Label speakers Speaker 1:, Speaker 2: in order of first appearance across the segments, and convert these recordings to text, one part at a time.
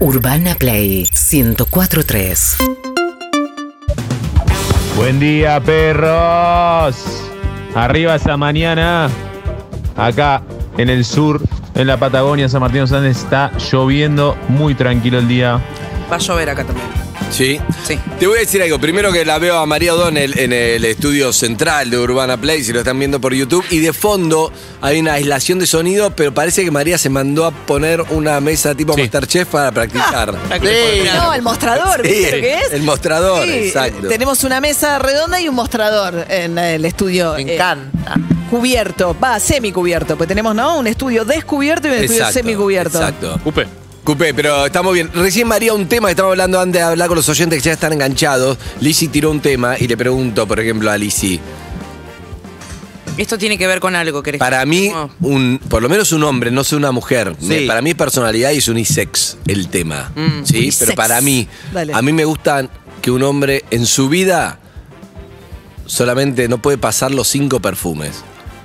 Speaker 1: Urbana Play 1043.
Speaker 2: Buen día, perros. Arriba esa mañana. Acá en el sur, en la Patagonia, San Martín de los Andes, está lloviendo muy tranquilo el día.
Speaker 3: Va a llover acá también.
Speaker 4: Sí.
Speaker 3: Sí.
Speaker 4: Te voy a decir algo. Primero que la veo a María O'Donnell en el estudio central de Urbana Play, si lo están viendo por YouTube. Y de fondo hay una aislación de sonido, pero parece que María se mandó a poner una mesa tipo
Speaker 2: Sí.
Speaker 4: Masterchef para
Speaker 5: Ah,
Speaker 4: practicar.
Speaker 5: No, el mostrador,
Speaker 4: Sí,
Speaker 5: ¿viste lo que es?
Speaker 4: El mostrador,
Speaker 5: Sí,
Speaker 4: exacto.
Speaker 5: Tenemos una mesa redonda y un mostrador en el estudio.
Speaker 6: Me
Speaker 5: eh,
Speaker 6: encanta.
Speaker 5: cubierto, va, semicubierto, pues tenemos, ¿no? Un estudio descubierto y un estudio
Speaker 4: Exacto,
Speaker 5: semicubierto.
Speaker 4: Exacto.
Speaker 2: Upe.
Speaker 4: Cupé, pero estamos bien. Recién María, un tema que estamos hablando antes de hablar con los oyentes que ya están enganchados. Lizzy tiró un tema y le pregunto, por ejemplo, a Lizzy.
Speaker 3: Eh, Esto tiene que ver con algo, ¿querés?
Speaker 4: Para mí,
Speaker 3: No.
Speaker 4: un, por lo menos un hombre, no sé una mujer. Me- Para mí es personalidad y es unisex el tema. sí, pero
Speaker 5: Mm, Unisex.
Speaker 4: para mí,
Speaker 5: Dale.
Speaker 4: a mí me gusta que un hombre en su vida solamente no puede pasar los cinco perfumes.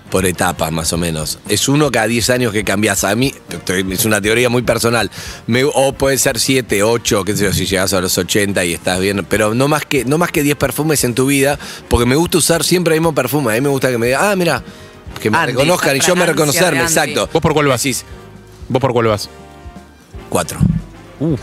Speaker 4: Por etapas, más o menos. Es uno cada 10 años que cambias. A mí, estoy- es una teoría muy personal. Me- o puede ser 7, 8, qué sé yo, si llegas a los 80 y estás bien. Pero no más que no más que 10 perfumes en tu vida, porque me gusta usar siempre el mismo perfume. A mí me gusta que me digan, ah, mira, que me
Speaker 6: Andy,
Speaker 4: reconozcan y
Speaker 3: esa
Speaker 4: yo me
Speaker 3: fragancia
Speaker 4: reconocerme,
Speaker 3: de Andy.
Speaker 4: exacto.
Speaker 2: ¿Vos por cuál vas?
Speaker 4: Decís,
Speaker 2: ¿Vos por cuál vas?
Speaker 4: cuatro.
Speaker 2: Uh.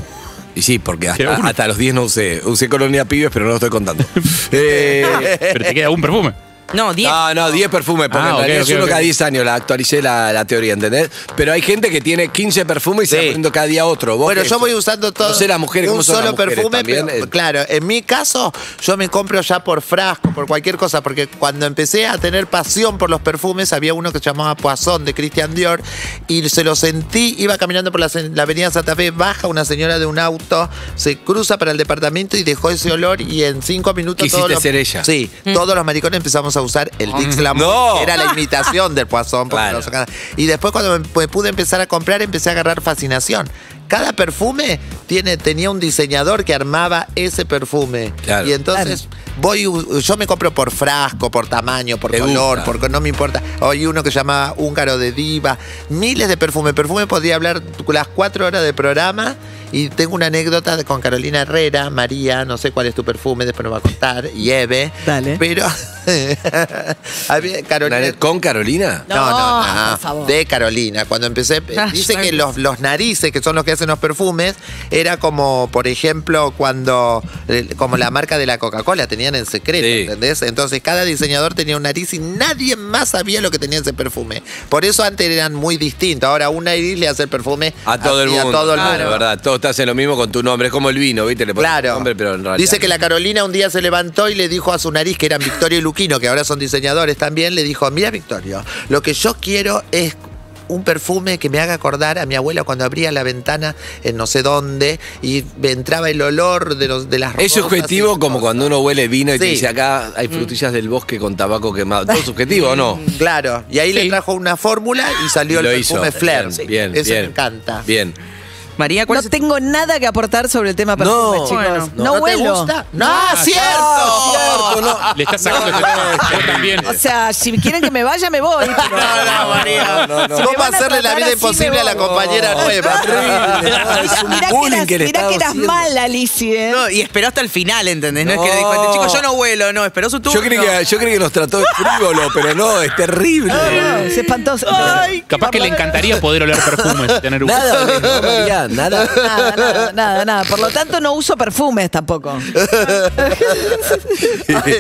Speaker 4: Y sí, porque hasta,
Speaker 2: Qué bueno.
Speaker 4: hasta los 10 no usé. Usé colonia pibes, pero no lo estoy contando. Eh,
Speaker 2: Pero te queda un perfume.
Speaker 3: No, 10.
Speaker 4: no, no, 10 perfumes,
Speaker 2: Ah,
Speaker 4: porque en
Speaker 2: ok,
Speaker 4: realidad
Speaker 2: ok,
Speaker 4: es uno
Speaker 2: ok.
Speaker 4: cada 10 años, la actualicé la, la teoría, ¿entendés? Pero hay gente que tiene 15 perfumes y se
Speaker 6: Sí.
Speaker 4: va poniendo cada día otro. ¿Vos
Speaker 6: Bueno,
Speaker 4: qué?
Speaker 6: yo voy usando todo.
Speaker 4: No sé las mujeres
Speaker 6: un
Speaker 4: cómo son las
Speaker 6: solo
Speaker 4: mujeres
Speaker 6: perfume,
Speaker 4: también,
Speaker 6: pero,
Speaker 4: eh.
Speaker 6: claro, en mi caso yo me compro ya por frasco, por cualquier cosa, porque cuando empecé a tener pasión por los perfumes había uno que se llamaba Poisson de Christian Dior y se lo sentí, iba caminando por la, sen- la avenida Santa Fe, baja una señora de un auto, se cruza para el departamento y dejó ese olor y en cinco minutos
Speaker 4: Quisiste
Speaker 6: todos los,
Speaker 4: ser ella. Mm.
Speaker 6: Sí, todos los maricones empezamos a usar el Dixlamour,
Speaker 4: No.
Speaker 6: que era la imitación del Poisson. porque
Speaker 4: Claro.
Speaker 6: lo sacaban. Y después cuando me, me pude empezar a comprar, empecé a agarrar fascinación. Cada perfume tiene, tenía un diseñador que armaba ese perfume.
Speaker 4: Claro.
Speaker 6: Y entonces voy, u- yo me compro por frasco, por tamaño, por
Speaker 4: Te
Speaker 6: color,
Speaker 4: gusta.
Speaker 6: por, no me importa. Hay uno que se llamaba Húngaro de Diva. Miles de perfumes. Perfume podía hablar las cuatro horas de programa. Y tengo una anécdota de- con Carolina Herrera, María, no sé cuál es tu perfume, después nos va a contar, y Eve.
Speaker 5: Dale.
Speaker 6: Pero había- Carolina,
Speaker 4: ¿Con Carolina?
Speaker 6: no, no,
Speaker 5: No,
Speaker 6: no.
Speaker 5: por favor.
Speaker 6: De Carolina. Cuando empecé, eh,
Speaker 3: Ah,
Speaker 6: dice
Speaker 3: ya
Speaker 6: que
Speaker 3: vi.
Speaker 6: los, los narices, que son los que hacen los perfumes, era como, por ejemplo, cuando, eh, como la marca de la Coca-Cola, tenían en secreto,
Speaker 4: Sí.
Speaker 6: ¿entendés? Entonces cada diseñador tenía un nariz y nadie más sabía lo que tenía ese perfume. Por eso antes eran muy distintos. Ahora un nariz le hace el perfume
Speaker 4: A todo el
Speaker 6: así,
Speaker 4: mundo.
Speaker 6: A todo el
Speaker 4: Claro,
Speaker 6: mundo.
Speaker 4: la verdad. Todos te hacen lo mismo con tu nombre. Es como el vino, ¿viste? Le pones
Speaker 6: Claro.
Speaker 4: tu nombre, pero en realidad.
Speaker 6: Dice que la Carolina un día se levantó y le dijo a su nariz, que eran Victorio y Luquino, que ahora son diseñadores también, le dijo, mira Victorio, lo que yo quiero es un perfume que me haga acordar a mi abuela cuando abría la ventana en no sé dónde y me entraba el olor de, los, de las
Speaker 4: Es
Speaker 6: rosas
Speaker 4: subjetivo
Speaker 6: y-
Speaker 4: como cuando uno huele vino y te
Speaker 6: Sí. Mm.
Speaker 4: dice acá hay frutillas del bosque con tabaco quemado. ¿Todo subjetivo o no?
Speaker 6: Claro, y ahí le trajo una fórmula y salió
Speaker 4: Y lo
Speaker 6: el
Speaker 4: hizo.
Speaker 6: perfume Flair.
Speaker 4: Bien, bien.
Speaker 6: Eso
Speaker 4: bien.
Speaker 6: me encanta.
Speaker 4: Bien.
Speaker 3: María, ¿cuál
Speaker 5: No
Speaker 3: es el-
Speaker 5: tengo nada que aportar sobre el tema perfume,
Speaker 4: No.
Speaker 5: chicos.
Speaker 3: Bueno.
Speaker 5: no,
Speaker 6: ¿No te
Speaker 5: huelo.
Speaker 6: gusta? ¡No, cierto!
Speaker 4: Ah, cierto, no.
Speaker 2: Le estás sacando el Vos también.
Speaker 5: O sea, si quieren que me vaya, me voy. pero-
Speaker 6: No, no,
Speaker 4: No,
Speaker 6: María.
Speaker 4: no, no.
Speaker 5: Si me
Speaker 6: Vos
Speaker 5: van
Speaker 6: vas a hacerle la
Speaker 5: tratar
Speaker 6: vida
Speaker 5: así,
Speaker 6: imposible
Speaker 5: me
Speaker 6: a la
Speaker 5: voy.
Speaker 6: compañera
Speaker 4: No,
Speaker 6: nueva.
Speaker 4: terrible. No, es
Speaker 5: Mirá,
Speaker 4: un
Speaker 5: mirá que
Speaker 4: bullying
Speaker 5: eras,
Speaker 4: que le
Speaker 5: mirá
Speaker 4: estaba
Speaker 5: que eras
Speaker 4: haciendo.
Speaker 5: mala, Alicia. ¿eh?
Speaker 3: No, y esperó hasta el final, ¿entendés? No, es que
Speaker 4: No.
Speaker 3: le dijo, este chico, yo no vuelo, no, esperó su turno.
Speaker 4: Yo creí, que, yo creí que nos trató de frívolo, pero no, es terrible.
Speaker 5: No, es espantoso. Ay,
Speaker 2: Capaz que le encantaría poder oler perfumes y tener un.
Speaker 4: Nada, no, María, nada.
Speaker 5: Nada, nada, nada, nada. Por lo tanto, no uso perfumes tampoco.
Speaker 6: Ay,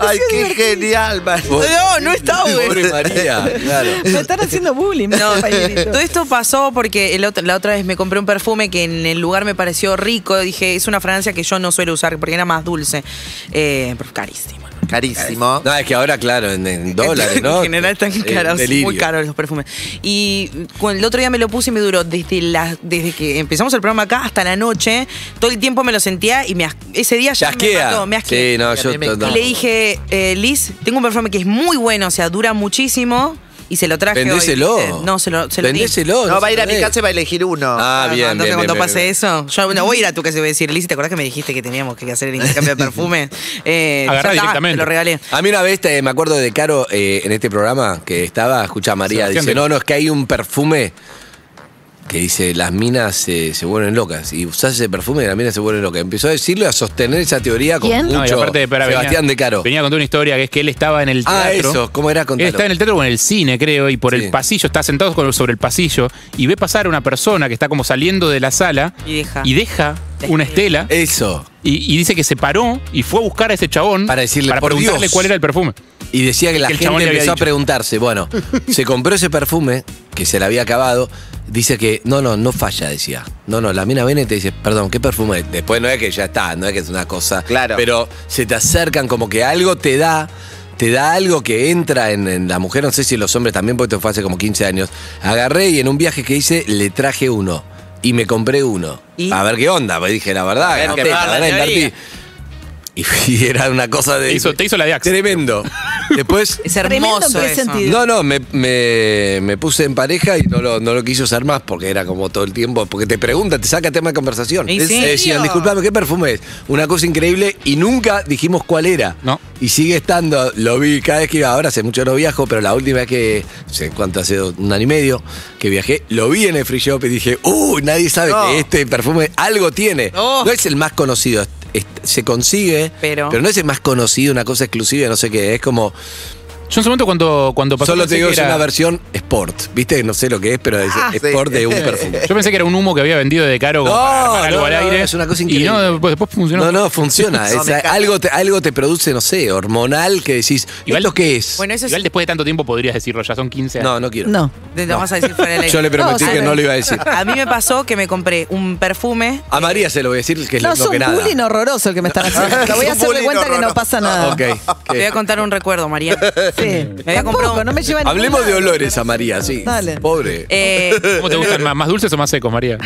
Speaker 6: ay, qué genial, María.
Speaker 3: No, no está bueno.
Speaker 4: Pobre María, claro.
Speaker 5: Me están haciendo bullying.
Speaker 7: este
Speaker 3: No, eh,
Speaker 5: compañerito.
Speaker 3: todo esto pasó porque el otro- la otra vez me compré un perfume que en el lugar me pareció rico. Dije, es una fragancia que yo no suelo usar porque era más dulce. Eh, pero carísimo.
Speaker 6: Carísimo.
Speaker 4: No, es que ahora, claro, en, en dólares, ¿no?
Speaker 3: En general están
Speaker 4: Eh,
Speaker 3: caros,
Speaker 4: delirio.
Speaker 3: muy caros los perfumes. Y cu- el otro día me lo puse y me duró desde, la, desde que empezamos el programa acá hasta la noche. Todo el tiempo me lo sentía y me, as- ese día ya me
Speaker 4: Chasquea.
Speaker 3: mató, me asqué.
Speaker 4: sí, no,
Speaker 6: a
Speaker 4: yo
Speaker 6: mí me
Speaker 4: no.
Speaker 6: encanta.
Speaker 3: Y le dije, eh, Liz, tengo un perfume que es muy bueno, o sea, dura muchísimo. Y se lo traje. hoy,
Speaker 4: Vendéselo.
Speaker 3: ¿viste? no, se lo, se lo di.
Speaker 4: Vendéselo.
Speaker 6: No, va a ir a mi
Speaker 4: sabés.
Speaker 6: casa y va a elegir uno.
Speaker 4: Ah,
Speaker 3: Ah,
Speaker 4: bien,
Speaker 3: cuando,
Speaker 4: bien,
Speaker 3: cuando
Speaker 4: bien,
Speaker 3: pase
Speaker 4: bien,
Speaker 3: eso,
Speaker 4: bien.
Speaker 3: yo no voy a ir a tu casa y voy a decir, Liz, ¿te acordás que me dijiste que teníamos que hacer el intercambio de perfume? Eh,
Speaker 2: Agarrá
Speaker 3: ya está,
Speaker 2: directamente.
Speaker 3: Te lo regalé.
Speaker 4: A mí una vez te- me acuerdo de Caro eh, en este programa que estaba, escucha María,
Speaker 2: Sebastián
Speaker 4: dice,
Speaker 2: de-
Speaker 4: no, no, es que hay un perfume que dice las minas eh, se, se vuelven locas. Y usás ese perfume y las minas se vuelven locas. Empezó a decirlo y a sostener esa teoría con
Speaker 8: ¿Quién?
Speaker 4: mucho
Speaker 8: No,
Speaker 9: No, y aparte, espera,
Speaker 4: Sebastián
Speaker 9: venía,
Speaker 4: de Caro.
Speaker 9: Venía a contar una historia que es que él estaba en el teatro.
Speaker 4: Ah, eso, ¿cómo era?
Speaker 9: Él
Speaker 4: Contalo.
Speaker 9: está en el teatro o en el cine, creo, y por
Speaker 4: Sí.
Speaker 9: el pasillo, está sentado con- sobre el pasillo y ve pasar a una persona que está como saliendo de la sala
Speaker 3: Y deja.
Speaker 9: y deja una estela
Speaker 4: Eso.
Speaker 9: y, y dice que se paró y fue a buscar a ese chabón
Speaker 4: Para decirle, por
Speaker 9: preguntarle
Speaker 4: Dios.
Speaker 9: cuál era el perfume.
Speaker 4: Y decía que la
Speaker 9: Que el chabón
Speaker 4: gente
Speaker 9: le había
Speaker 4: empezó a
Speaker 9: dicho.
Speaker 4: preguntarse, bueno, se compró ese perfume que se le había acabado, dice que no, no, no falla, decía. No, no, la mina viene y te dice, perdón, ¿qué perfume? es?". Después no es que ya está, no es que es una cosa.
Speaker 6: Claro.
Speaker 4: Pero se te acercan como que algo te da, te da algo que entra en, en la mujer, no sé si los hombres también, porque esto fue hace como 15 años. Agarré y en un viaje que hice le traje uno y me compré uno.
Speaker 3: ¿Y?
Speaker 4: A ver qué onda, me dije, la verdad,
Speaker 10: ver
Speaker 4: gasté,
Speaker 10: qué
Speaker 4: la
Speaker 10: pasa,
Speaker 4: verdad,
Speaker 10: señoría.
Speaker 4: invertí. Y, y era una cosa de...
Speaker 9: Te hizo- te hizo la de Axe.
Speaker 4: Tremendo. Después...
Speaker 3: Es
Speaker 7: Tremendo
Speaker 3: hermoso
Speaker 7: en qué
Speaker 3: eso.
Speaker 7: sentido.
Speaker 4: No, no, me, me- me puse en pareja y no lo, no lo quise usar más porque era como todo el tiempo, porque te preguntan, te saca tema de conversación.
Speaker 3: ¿En
Speaker 4: Es-
Speaker 3: serio?
Speaker 4: Decían, disculpame, ¿qué perfume es? Una cosa increíble y nunca dijimos cuál era.
Speaker 9: No.
Speaker 4: Y sigue estando, lo vi cada vez que iba, ahora hace mucho no viajo, pero la última vez que, no sé cuánto, hace do- un año y medio que viajé, lo vi en el free shop y dije, uy, nadie sabe
Speaker 3: No.
Speaker 4: que este perfume algo tiene.
Speaker 3: Oh.
Speaker 4: No es el más conocido, es- es- se consigue,
Speaker 3: Pero-
Speaker 4: no es el más conocido, una cosa exclusiva, no sé qué, es como...
Speaker 9: Yo en su momento cuando, cuando pasó
Speaker 4: Solo
Speaker 9: pensé
Speaker 4: te digo que
Speaker 9: que
Speaker 4: es
Speaker 9: era-
Speaker 4: una versión sport. Viste, no sé lo que es, pero es
Speaker 6: Ah,
Speaker 4: sport
Speaker 6: sí.
Speaker 4: de un perfume.
Speaker 9: Yo pensé que era un humo que había vendido de caro como
Speaker 4: No,
Speaker 9: para armar algo
Speaker 4: no,
Speaker 9: al
Speaker 4: no,
Speaker 9: aire.
Speaker 4: es una cosa
Speaker 9: Y no,
Speaker 4: increíble.
Speaker 9: después, después funcionó.
Speaker 4: No, no, funciona.
Speaker 6: No,
Speaker 4: Es
Speaker 6: me encanta.
Speaker 4: algo, te, algo te produce, no sé, hormonal que decís,
Speaker 9: Igual-
Speaker 4: ¿esto qué es?
Speaker 3: Bueno, eso es.
Speaker 9: Igual después de tanto tiempo podrías decirlo, ya son 15 años.
Speaker 4: no, no quiero.
Speaker 7: No.
Speaker 3: Te lo vas a decir fuera del aire.
Speaker 4: Yo le prometí
Speaker 7: No,
Speaker 4: que
Speaker 7: sí.
Speaker 4: no lo iba a decir.
Speaker 3: A mí me pasó que me compré un perfume.
Speaker 4: A María se lo voy a decir, que es
Speaker 7: No,
Speaker 4: lo
Speaker 7: es un
Speaker 4: que nada.
Speaker 7: bullying horroroso el que me están haciendo. Lo voy
Speaker 6: Es
Speaker 7: a
Speaker 6: un
Speaker 7: hacer de
Speaker 6: bullying
Speaker 7: cuenta que
Speaker 6: horroroso.
Speaker 7: no pasa nada.
Speaker 4: Ah, Ok, ok.
Speaker 3: Te voy a contar un recuerdo, María.
Speaker 7: Sí.
Speaker 3: Me había comprado
Speaker 7: Tampoco,
Speaker 3: un-
Speaker 7: no me lleva a ningún
Speaker 4: Hablemos de
Speaker 7: lado.
Speaker 4: olores a María, sí.
Speaker 7: Dale.
Speaker 4: Pobre.
Speaker 3: Eh,
Speaker 9: ¿Cómo te gustan más, más dulces o más secos, María?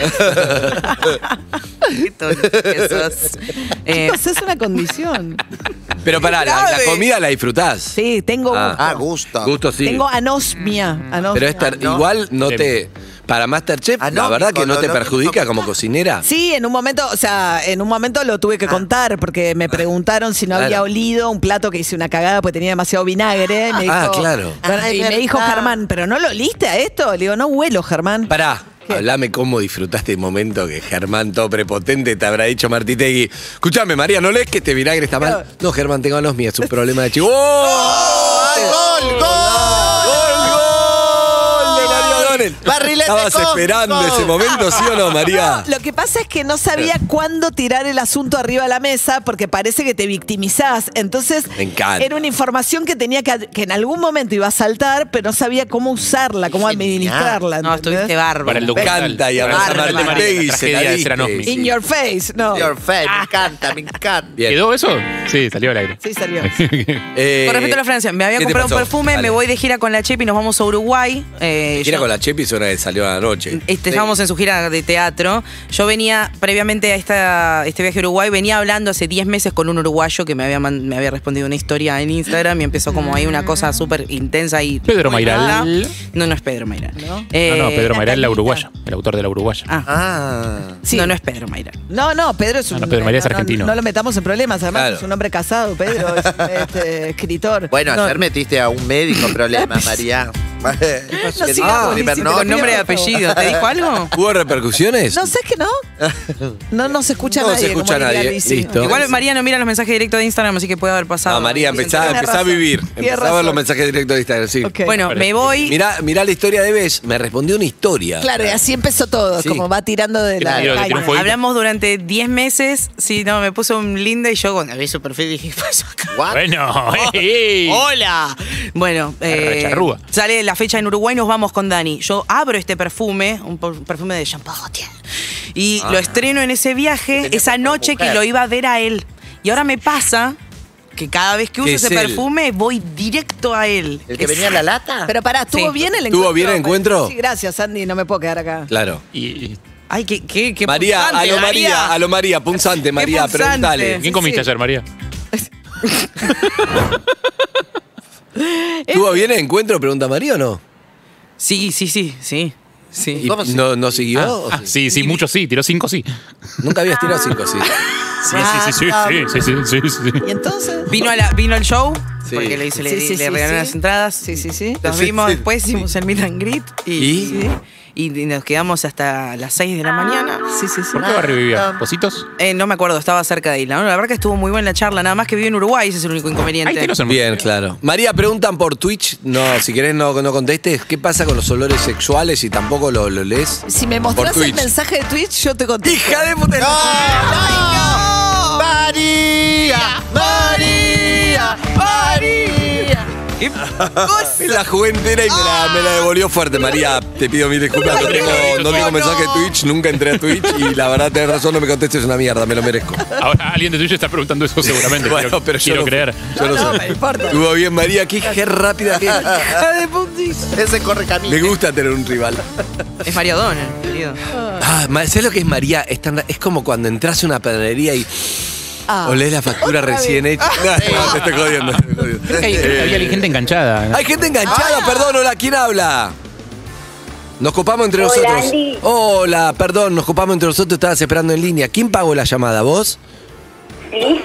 Speaker 3: qué tonto que sos. Eh,
Speaker 7: Chicos, es una condición.
Speaker 4: pero pará, la, la
Speaker 3: grave.
Speaker 4: comida la disfrutás.
Speaker 7: Sí, tengo
Speaker 4: Ah.
Speaker 6: Ah, gusto.
Speaker 4: Gusto sí.
Speaker 7: Tengo anosmia. anosmia.
Speaker 4: pero esta-
Speaker 6: ¿no?
Speaker 4: igual no
Speaker 9: Sí.
Speaker 4: te. Para Masterchef, la
Speaker 6: Anómico,
Speaker 4: verdad que no te
Speaker 6: dolor.
Speaker 4: perjudica como cocinera.
Speaker 7: Sí, en un momento, o sea, en un momento lo tuve que contar porque me preguntaron si no
Speaker 4: Ah. Claro.
Speaker 7: había olido un plato que hice una cagada porque tenía demasiado vinagre. y Me dijo,
Speaker 4: Ah, claro.
Speaker 7: Bueno, y me dijo Germán, ¿pero no lo oliste a esto? Le digo, no huelo, Germán.
Speaker 4: Pará, hablame cómo disfrutaste el momento que Germán, todo prepotente, te habrá dicho Martitegui. Escuchame, María, ¿no lees que este vinagre está mal? No, Germán, tengo los míos, es un problema de chivo. ¡Oh!
Speaker 6: ¡Ay, gol,
Speaker 4: ¡Gol, gol de María O'Donnell!
Speaker 6: Barrilete
Speaker 4: ¿Estabas
Speaker 6: con
Speaker 4: esperando
Speaker 6: gol.
Speaker 4: ese momento, sí o no, María?
Speaker 7: Lo que pasa es que no sabía cuándo tirar el asunto arriba de la mesa porque parece que te victimizás. Entonces,
Speaker 4: Me encanta.
Speaker 7: era una información que tenía que, que en algún momento iba a saltar, pero no sabía cómo usarla, cómo administrarla.
Speaker 3: no,
Speaker 7: ¿entendés?
Speaker 3: estuviste bárbaro.
Speaker 9: Para el
Speaker 4: Me
Speaker 9: documental.
Speaker 4: encanta y
Speaker 9: Para
Speaker 4: abraza
Speaker 9: el documental de
Speaker 3: Martín
Speaker 9: María,
Speaker 4: y
Speaker 9: la
Speaker 4: se
Speaker 9: tragedia
Speaker 4: la
Speaker 9: de Serán
Speaker 4: diste.
Speaker 9: Osmi.
Speaker 7: In your face, no.
Speaker 6: Your face, me encanta, me encanta.
Speaker 4: Bien.
Speaker 9: ¿Quedó eso? Sí, salió al aire.
Speaker 7: Sí, salió.
Speaker 4: Eh,
Speaker 3: Con respecto a la Francia, me había
Speaker 4: ¿qué te
Speaker 3: comprado un
Speaker 4: pasó?
Speaker 3: perfume,
Speaker 4: Dale.
Speaker 3: me voy de gira con la Chepi, nos vamos a Uruguay. Eh,
Speaker 4: Gira
Speaker 3: yo-
Speaker 4: con la Chepi suena que salió a la noche.
Speaker 3: Este, Estábamos en su gira de teatro. Yo venía, previamente a esta, este viaje a Uruguay, venía hablando hace 10 meses con un uruguayo que me había, man- me había respondido una historia en Instagram y empezó como ahí una cosa súper intensa y...
Speaker 9: Pedro
Speaker 3: muy
Speaker 9: Mairal.
Speaker 3: nada. No, no es Pedro Mairal.
Speaker 9: No,
Speaker 3: Eh,
Speaker 9: no, Pedro María es la uruguaya, el autor de la uruguaya.
Speaker 3: Ah,
Speaker 6: Ah.
Speaker 7: Sí.
Speaker 3: no, no es Pedro Mairal.
Speaker 7: No, no, Pedro es un.
Speaker 9: no, Pedro María es
Speaker 7: no, no,
Speaker 9: argentino.
Speaker 7: No, lo metamos en problemas, además
Speaker 4: Claro.
Speaker 7: es un hombre casado, Pedro, es un, este, escritor.
Speaker 6: Bueno,
Speaker 7: no,
Speaker 6: ayer metiste a un médico problema, María.
Speaker 7: no
Speaker 6: Que
Speaker 7: sigas
Speaker 6: diga,
Speaker 3: Ah,
Speaker 7: con
Speaker 6: Oliver,
Speaker 7: ese
Speaker 6: no,
Speaker 3: Con
Speaker 7: pido,
Speaker 3: nombre y
Speaker 7: por favor.
Speaker 3: apellido. ¿Te dijo algo?
Speaker 4: ¿Hubo repercusiones?
Speaker 7: No, ¿sabes que no? No, no se escucha
Speaker 4: No se
Speaker 7: nadie. como
Speaker 4: escucha
Speaker 7: diría
Speaker 4: nadie,
Speaker 7: Lizzy.
Speaker 4: listo.
Speaker 3: Igual María no mira los mensajes directos de Instagram, así que puede haber pasado.
Speaker 4: No, María, empezá,
Speaker 7: Tiene
Speaker 4: empezá a
Speaker 7: razón.
Speaker 4: vivir.
Speaker 7: Tiene
Speaker 4: Empezá a ver
Speaker 7: razón.
Speaker 4: los mensajes directos de Instagram, sí.
Speaker 7: Ok.
Speaker 3: Bueno, me voy.
Speaker 4: Mirá, mirá la historia de Bess, me respondió una historia.
Speaker 7: Claro, y así empezó todo,
Speaker 4: Sí.
Speaker 7: como va tirando de la.
Speaker 9: Quiero que tiene un
Speaker 7: caña.
Speaker 9: fueguito.
Speaker 3: Hablamos durante 10 meses. Sí, no, me puso un linda y yo cuando vi su perfil dije, ¿qué pasó acá?
Speaker 6: What?
Speaker 9: Bueno, ey.
Speaker 3: ¡Hola! Bueno, eh,
Speaker 9: Recharrúa.
Speaker 3: sale la fecha en Uruguay, nos vamos con Dani. Yo abro este perfume, un por- perfume de Jean Paul Gaultier, y lo estreno en ese viaje,
Speaker 6: Tenía
Speaker 3: esa
Speaker 6: que ser
Speaker 3: noche que
Speaker 6: mujer.
Speaker 3: lo iba a ver a él. Y ahora me pasa que cada vez que uso
Speaker 4: Es
Speaker 3: ese
Speaker 4: él.
Speaker 3: perfume voy directo a él.
Speaker 6: ¿El que
Speaker 3: Es-
Speaker 6: venía en la lata?
Speaker 7: Pero pará, ¿estuvo
Speaker 3: Sí.
Speaker 7: bien el encuentro?
Speaker 4: ¿Estuvo bien el encuentro?
Speaker 7: Sí, gracias, Andy, no me puedo quedar acá.
Speaker 4: Claro.
Speaker 9: ¿Y
Speaker 3: Ay, qué, qué, qué
Speaker 4: María, a
Speaker 3: punzante,
Speaker 4: lo María, a lo María, punzante, María,
Speaker 3: punzante.
Speaker 4: preguntale.
Speaker 9: quién comiste ayer, María?
Speaker 4: ¿Tuvo bien el encuentro? Pregunta María o no.
Speaker 3: Sí, sí, sí, sí.
Speaker 4: ¿Y
Speaker 3: sí.
Speaker 6: ¿Cómo se-
Speaker 4: no, no siguió?
Speaker 3: Oh,
Speaker 4: ¿O
Speaker 9: Ah, sí, sí, muchos sí, tiró cinco sí.
Speaker 4: Nunca habías tirado cinco, sí.
Speaker 9: Sí, sí, sí, sí, sí, sí, sí, sí, sí.
Speaker 7: ¿Y entonces?
Speaker 3: Vino, a la- vino al show,
Speaker 4: Sí.
Speaker 3: porque le, hice, le,
Speaker 5: Sí, sí,
Speaker 3: le
Speaker 5: sí,
Speaker 3: regalaron
Speaker 5: sí.
Speaker 3: las entradas.
Speaker 5: Sí, sí, sí.
Speaker 3: Nos
Speaker 4: Sí,
Speaker 3: vimos
Speaker 4: sí,
Speaker 3: después, hicimos el meet and greet y,
Speaker 4: ¿Y?
Speaker 3: sí, y- y nos quedamos hasta las 6 de la mañana.
Speaker 5: Ah, Sí, sí, sí.
Speaker 9: ¿Por
Speaker 3: Ah.
Speaker 9: qué barrio vivía? ¿Positos?
Speaker 3: Eh, no me acuerdo, estaba cerca de Isla. ¿no? La verdad que estuvo muy buena la charla, nada más que vive en Uruguay, ese es el único inconveniente.
Speaker 9: Ahí tenés hermoso.
Speaker 4: Bien, claro. María, preguntan por Twitch. No, si querés no, no contestes. ¿Qué pasa con los olores sexuales y tampoco lo, lo lees?
Speaker 5: Si me
Speaker 4: Por
Speaker 5: mostrás el
Speaker 4: Twitch.
Speaker 5: mensaje de Twitch, yo te contesto.
Speaker 4: ¡Hija de puta!
Speaker 6: ¡No! ¡María! ¡María! ¡María!
Speaker 4: Me la jugué entera y me la, me la devolvió fuerte, María. Te pido mil disculpas, no tengo, no tengo mensaje de Twitch, nunca entré a Twitch y la verdad tenés razón, no me contestes una mierda, me lo merezco.
Speaker 9: Ahora alguien de tuyo está preguntando eso seguramente.
Speaker 4: Bueno,
Speaker 9: quiero,
Speaker 4: pero yo
Speaker 9: quiero
Speaker 4: no-
Speaker 9: creer.
Speaker 4: Yo no, sé. Estuvo bien, María, qué, qué rápida. que-
Speaker 6: Ese corre camino.
Speaker 4: Me gusta tener un rival.
Speaker 3: Es Mario Donner, querido.
Speaker 4: Ah, ma- ¿Sabes lo que es María? Es, tan ra- es como cuando entras a una panadería y
Speaker 5: Ah.
Speaker 4: olés la factura recién hecha. No, no, te estoy jodiendo. te estoy jodiendo. Eh,
Speaker 9: Creo que hay- creo que había gente enganchada. ¿no?
Speaker 4: Hay gente enganchada, perdón, hola, ¿quién habla? Nos copamos entre nosotros.
Speaker 11: Andy.
Speaker 4: Hola, perdón, nos copamos entre nosotros, estabas esperando en línea. ¿Quién pagó la llamada? ¿Vos?
Speaker 11: Sí,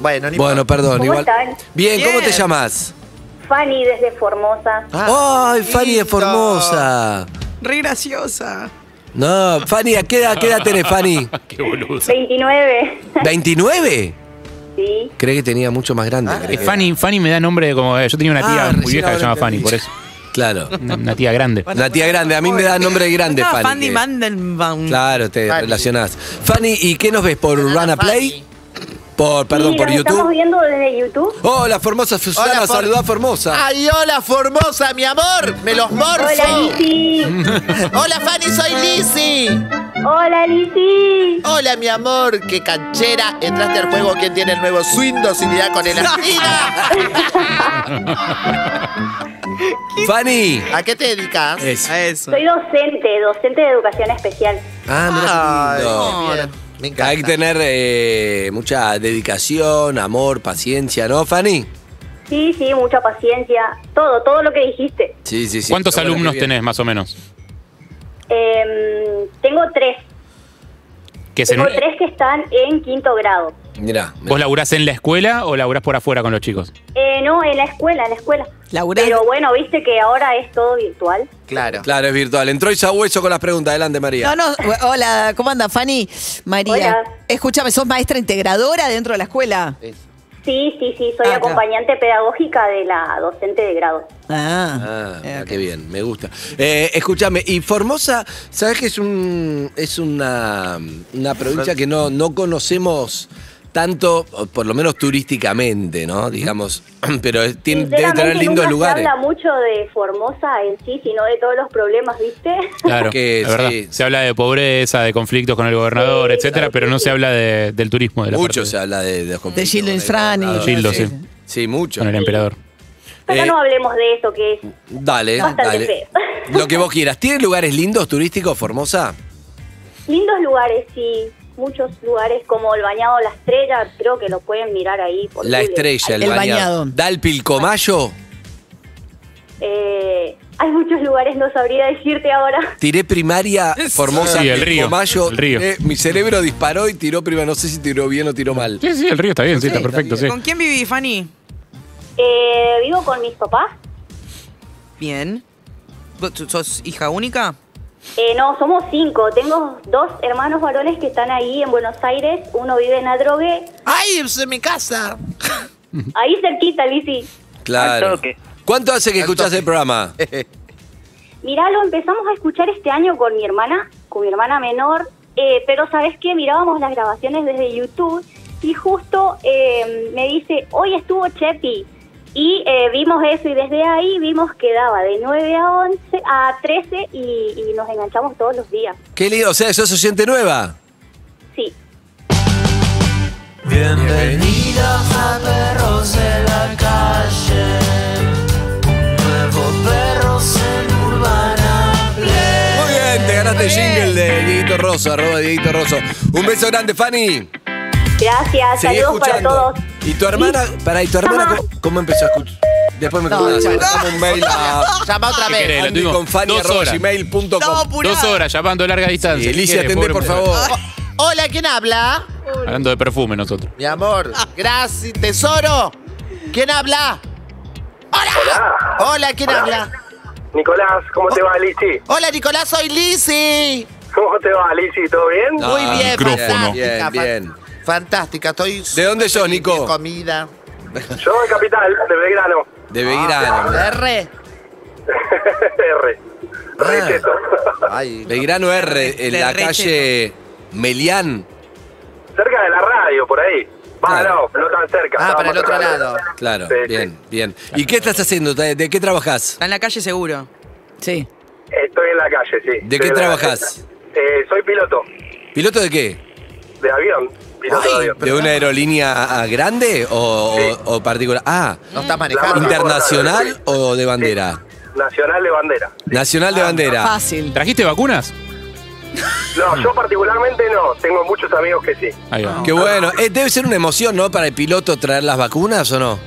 Speaker 6: Bueno, ni
Speaker 4: Bueno, perdón,
Speaker 11: ¿Cómo
Speaker 4: igual.
Speaker 11: están?
Speaker 4: Bien, ¿cómo
Speaker 3: Bien.
Speaker 4: te llamas?
Speaker 11: Fanny desde Formosa.
Speaker 9: Ah,
Speaker 4: Ay, Fanny de
Speaker 6: lindo.
Speaker 4: Formosa.
Speaker 3: Re graciosa.
Speaker 4: No, Fanny, ¿a qué edad, qué edad tenés, Fanny?
Speaker 9: Qué boludo.
Speaker 11: 29.
Speaker 4: ¿29?
Speaker 11: Sí.
Speaker 4: Creí que tenía mucho más grande. creí
Speaker 9: Eh,
Speaker 4: que-
Speaker 9: Fanny, Fanny me da nombre de como. eh, Yo tenía una
Speaker 4: Ah,
Speaker 9: tía muy
Speaker 4: recién
Speaker 9: vieja que
Speaker 4: ahora
Speaker 9: se llamaba Fanny,
Speaker 4: entendí.
Speaker 9: por eso.
Speaker 4: Claro.
Speaker 9: Una, una tía grande.
Speaker 4: La tía grande, a mí me da nombre de grande,
Speaker 3: Estaba
Speaker 4: Fanny.
Speaker 3: Fanny
Speaker 4: que-
Speaker 3: Mandelbaum.
Speaker 4: Claro, te
Speaker 6: Fanny.
Speaker 4: relacionás. Fanny, ¿y qué nos ves? ¿Por Urbana
Speaker 6: Fanny.
Speaker 4: Play? Por, perdón,
Speaker 11: Sí,
Speaker 4: por
Speaker 11: nos Estamos
Speaker 4: YouTube.
Speaker 11: viendo desde YouTube.
Speaker 4: Hola, Formosa Susana,
Speaker 6: Hola, Form-
Speaker 4: saludá a
Speaker 9: Ah,
Speaker 4: Formosa.
Speaker 6: ¡Ay, hola, Formosa, mi amor! ¡Me los morfo!
Speaker 11: Hola, Lizzy.
Speaker 6: ¡Hola, Fanny, soy Lizzy!
Speaker 11: Hola, Lizzy.
Speaker 6: Hola, mi amor, qué canchera. Entraste al juego, ¿quién tiene el nuevo swing? Docilidad con elastina.
Speaker 4: Fanny.
Speaker 6: ¿A qué te dedicas?
Speaker 4: Es.
Speaker 3: A eso.
Speaker 11: Soy docente, docente de educación especial.
Speaker 4: Ah, mira
Speaker 6: Ay,
Speaker 4: qué lindo.
Speaker 6: qué bien. Me encanta.
Speaker 4: Hay que tener eh, mucha dedicación, amor, paciencia, ¿no, Fanny?
Speaker 11: Sí, sí, mucha paciencia. Todo, todo lo que dijiste.
Speaker 4: Sí, sí, sí.
Speaker 9: ¿Cuántos
Speaker 4: Qué bueno,
Speaker 9: alumnos
Speaker 4: qué bien.
Speaker 9: tenés más o menos?
Speaker 11: Em, tengo tres.
Speaker 9: Que es en
Speaker 11: Tengo
Speaker 9: un-
Speaker 11: tres que están en quinto grado.
Speaker 4: Mirá, mirá.
Speaker 9: ¿Vos laburás en la escuela o laburás por afuera con los chicos?
Speaker 11: Eh, no, en la escuela, en la escuela.
Speaker 5: Laburás.
Speaker 11: Pero bueno, viste que ahora es todo virtual.
Speaker 6: Claro.
Speaker 4: Claro, es virtual. Entró y hueso con las preguntas. Adelante, María.
Speaker 5: No, no, hola, ¿cómo anda Fanny? María,
Speaker 11: Hola.
Speaker 5: escúchame, ¿sos maestra integradora dentro de la escuela?
Speaker 11: Sí, sí, sí, soy
Speaker 5: Ah, claro.
Speaker 11: acompañante pedagógica de la docente de grado.
Speaker 5: Ah,
Speaker 4: Ah,
Speaker 5: eh,
Speaker 4: ah, qué bien, me gusta. Eh, escúchame, y Formosa, ¿sabes que es un es una, una provincia que no, no conocemos tanto, o por lo menos turísticamente, ¿no? Digamos, pero es- tiene- debe tener
Speaker 11: Sinceramente,
Speaker 4: lindos
Speaker 11: nunca se
Speaker 4: lugares.
Speaker 11: habla mucho de Formosa en sí, sino de todos los problemas, ¿viste?
Speaker 9: Claro,
Speaker 4: Que
Speaker 9: la verdad.
Speaker 4: sí. Oh,
Speaker 9: Se habla de pobreza, de conflictos con el gobernador,
Speaker 11: Sí,
Speaker 9: etcétera,
Speaker 11: claro,
Speaker 9: pero
Speaker 11: sí,
Speaker 9: no
Speaker 11: sí.
Speaker 9: se habla de- del turismo. De la
Speaker 4: Mucho
Speaker 9: parte
Speaker 4: se habla de, los conflictos
Speaker 5: Gildo
Speaker 4: con el
Speaker 5: Infrani.
Speaker 4: gobernador.
Speaker 9: Gildo, sí.
Speaker 4: Sí, mucho.
Speaker 9: con el emperador.
Speaker 11: Pero
Speaker 4: Eh,
Speaker 11: no hablemos de eso, que es
Speaker 4: Dale,
Speaker 11: Bastante
Speaker 4: dale.
Speaker 11: feo.
Speaker 4: Lo que vos quieras. ¿Tiene lugares lindos turísticos, Formosa?
Speaker 11: lindos lugares, sí. Muchos lugares como el bañado La Estrella, creo que lo pueden mirar ahí. por
Speaker 4: La
Speaker 11: Google.
Speaker 4: estrella, el,
Speaker 5: El
Speaker 4: bañado.
Speaker 5: bañado.
Speaker 4: ¿Da el pilcomayo?
Speaker 11: Eh, hay muchos lugares, no sabría decirte ahora.
Speaker 4: Tiré primaria Formosa
Speaker 9: Sí, el
Speaker 4: Pico
Speaker 9: río,
Speaker 4: Mayo.
Speaker 9: el río.
Speaker 4: Eh, mi cerebro disparó y tiró primaria. No sé si tiró bien o tiró mal.
Speaker 9: Sí, sí, el río está bien, sí, está
Speaker 4: está
Speaker 9: perfecto, sí.
Speaker 3: ¿Con quién viví, Fanny?
Speaker 11: Eh, vivo con mis papás.
Speaker 3: Bien. ¿Vos- tú ¿Sos hija única?
Speaker 11: Eh, no, somos cinco. Tengo dos hermanos varones que están ahí en Buenos Aires. Uno vive en Adrogué,
Speaker 6: ¡Ay, es en mi casa!
Speaker 11: ahí cerquita, Lizzy.
Speaker 4: Claro. ¿Cuánto hace que escuchás el programa?
Speaker 11: Mirá, lo empezamos a escuchar este año con mi hermana, con mi hermana menor, eh, pero sabes qué, mirábamos las grabaciones desde YouTube y justo eh, me dice, hoy estuvo Chepi. Y eh, vimos eso y desde ahí vimos que daba de 9 a 11 a 13 y, y nos enganchamos todos los días.
Speaker 4: Qué lindo. O sea, sos oyente nueva.
Speaker 11: Sí.
Speaker 4: Muy bien, te ganaste el jingle de Dieguito Rosso, arroba Dieguito Rosso. Un beso grande, Fanny.
Speaker 11: Gracias,
Speaker 4: Seguí
Speaker 11: saludos para
Speaker 4: escuchando.
Speaker 11: todos.
Speaker 4: ¿Y tu hermana? Pará, ¿y tu hermana
Speaker 11: Ajá.
Speaker 4: cómo, cómo empezó a escuchar? Después me contás. Mandame un mail a
Speaker 6: Ah, Llama otra
Speaker 9: ¿Qué
Speaker 6: vez.
Speaker 9: querés? Lo
Speaker 4: Andy
Speaker 9: tuvimos
Speaker 4: con Fanny
Speaker 9: Eh, dos
Speaker 4: arroba
Speaker 9: horas.
Speaker 4: gmail.com.
Speaker 9: Dos horas, llamando a larga distancia.
Speaker 4: Elicia,
Speaker 9: ¿Quiere?
Speaker 4: atendé,
Speaker 9: Pobre
Speaker 4: por
Speaker 9: mujer.
Speaker 4: favor.
Speaker 6: Hola, ¿quién habla?
Speaker 9: Hablando de perfume nosotros.
Speaker 6: Mi amor, gracias, tesoro. ¿Quién habla? ¡Hola! Hola, ¿quién habla?
Speaker 7: Nicolás, ¿cómo te va, Lichi?
Speaker 6: Hola, Nicolás, soy Lizzy.
Speaker 7: ¿Cómo te va, Lichi? ¿Todo bien?
Speaker 4: No.
Speaker 6: Muy bien,
Speaker 9: Ah, micrófono.
Speaker 6: fantástica.
Speaker 4: Bien,
Speaker 6: fan- Fantástica, estoy. súper
Speaker 4: dónde sos,
Speaker 6: feliz de
Speaker 4: Nico?
Speaker 6: Comida.
Speaker 7: Yo de Capital, de Belgrano.
Speaker 4: De
Speaker 7: Ah,
Speaker 4: Belgrano.
Speaker 6: R.
Speaker 7: R. Recheto.
Speaker 6: Ay.
Speaker 4: Ah, Belgrano R, en
Speaker 3: De
Speaker 4: la
Speaker 3: Reche,
Speaker 4: calle Melián.
Speaker 7: Cerca de la radio, Ah, por ahí. Va,
Speaker 4: Claro.
Speaker 7: no, no tan cerca.
Speaker 6: Ah,
Speaker 7: estaba
Speaker 6: para el
Speaker 7: más
Speaker 6: otro
Speaker 7: atrás.
Speaker 6: lado.
Speaker 4: Claro,
Speaker 7: Sí, sí.
Speaker 4: bien, bien. ¿Y qué estás haciendo? ¿De de qué trabajás?
Speaker 3: Está en la calle seguro.
Speaker 5: Sí.
Speaker 7: Estoy en la calle, sí.
Speaker 4: ¿De
Speaker 7: Estoy
Speaker 4: qué
Speaker 7: en la
Speaker 4: trabajás?
Speaker 7: calle. Eh, soy piloto
Speaker 4: ¿Piloto de qué?
Speaker 7: de avión. Piloto de avión.
Speaker 4: ¿De una aerolínea ah, grande o,
Speaker 7: Sí.
Speaker 4: o- o particular? Ah,
Speaker 6: No está
Speaker 7: La
Speaker 6: manejando.
Speaker 7: más
Speaker 4: ¿internacional
Speaker 7: importante, sí. Ah,
Speaker 4: o de bandera?
Speaker 7: Nacional de bandera.
Speaker 4: Nacional de bandera.
Speaker 5: Fácil.
Speaker 9: ¿Trajiste vacunas?
Speaker 7: No, yo particularmente no. Tengo muchos amigos que sí.
Speaker 9: Ahí va.
Speaker 4: Qué bueno. Eh, debe ser una emoción, ¿no? Para el piloto traer las vacunas o no?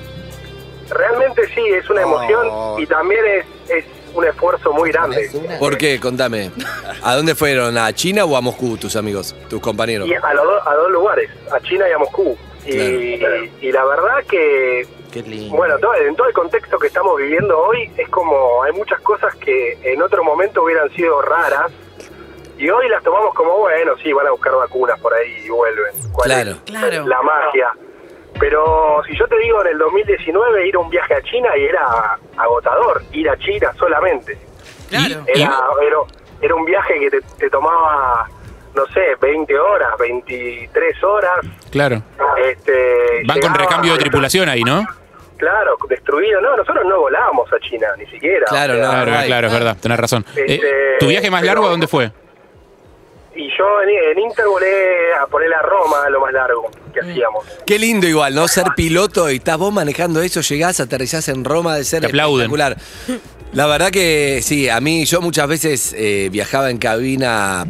Speaker 7: Realmente sí, es una emoción
Speaker 6: Oh.
Speaker 7: y también es, es un esfuerzo muy grande.
Speaker 6: Es una-
Speaker 4: ¿Por qué? Contame. ¿A dónde fueron? ¿A China o a Moscú tus amigos, tus compañeros?
Speaker 7: Y a, los dos- a dos lugares, a China y a Moscú. Y, y la verdad que,
Speaker 6: Qué lindo.
Speaker 7: bueno, todo, en todo el contexto que estamos viviendo hoy, es como hay muchas cosas que en otro momento hubieran sido raras. Y hoy las tomamos como, bueno, sí, van a buscar vacunas por ahí y vuelven. ¿Cuál es
Speaker 4: Claro.
Speaker 3: Claro.
Speaker 7: La magia. Pero si yo te digo en el 2019 ir a un viaje a China y era agotador, ir a China solamente.
Speaker 3: Claro.
Speaker 9: Y-
Speaker 7: Era, era, era un viaje que te, te tomaba, no sé, 20 horas, 23 horas.
Speaker 9: Claro.
Speaker 7: Este,
Speaker 9: Van con
Speaker 7: eh, llegaba-
Speaker 9: recambio de tripulación ahí, ¿no?
Speaker 7: Claro, destruido. No, nosotros no volábamos a China, ni siquiera.
Speaker 4: Claro, no.
Speaker 9: Claro,
Speaker 4: Uruguay.
Speaker 9: claro, es verdad, tenés razón.
Speaker 7: Este,
Speaker 9: Eh, ¿Tu viaje más
Speaker 7: pero-
Speaker 9: largo a dónde fue?
Speaker 7: Y yo en, en Inter volé a poner a Roma, lo más largo que hacíamos.
Speaker 4: Qué lindo igual, ¿no? Ser piloto y estás vos manejando eso, llegás, aterrizás en Roma de ser
Speaker 9: Te aplauden.
Speaker 4: espectacular. La verdad que sí, a mí yo muchas veces eh, viajaba en cabina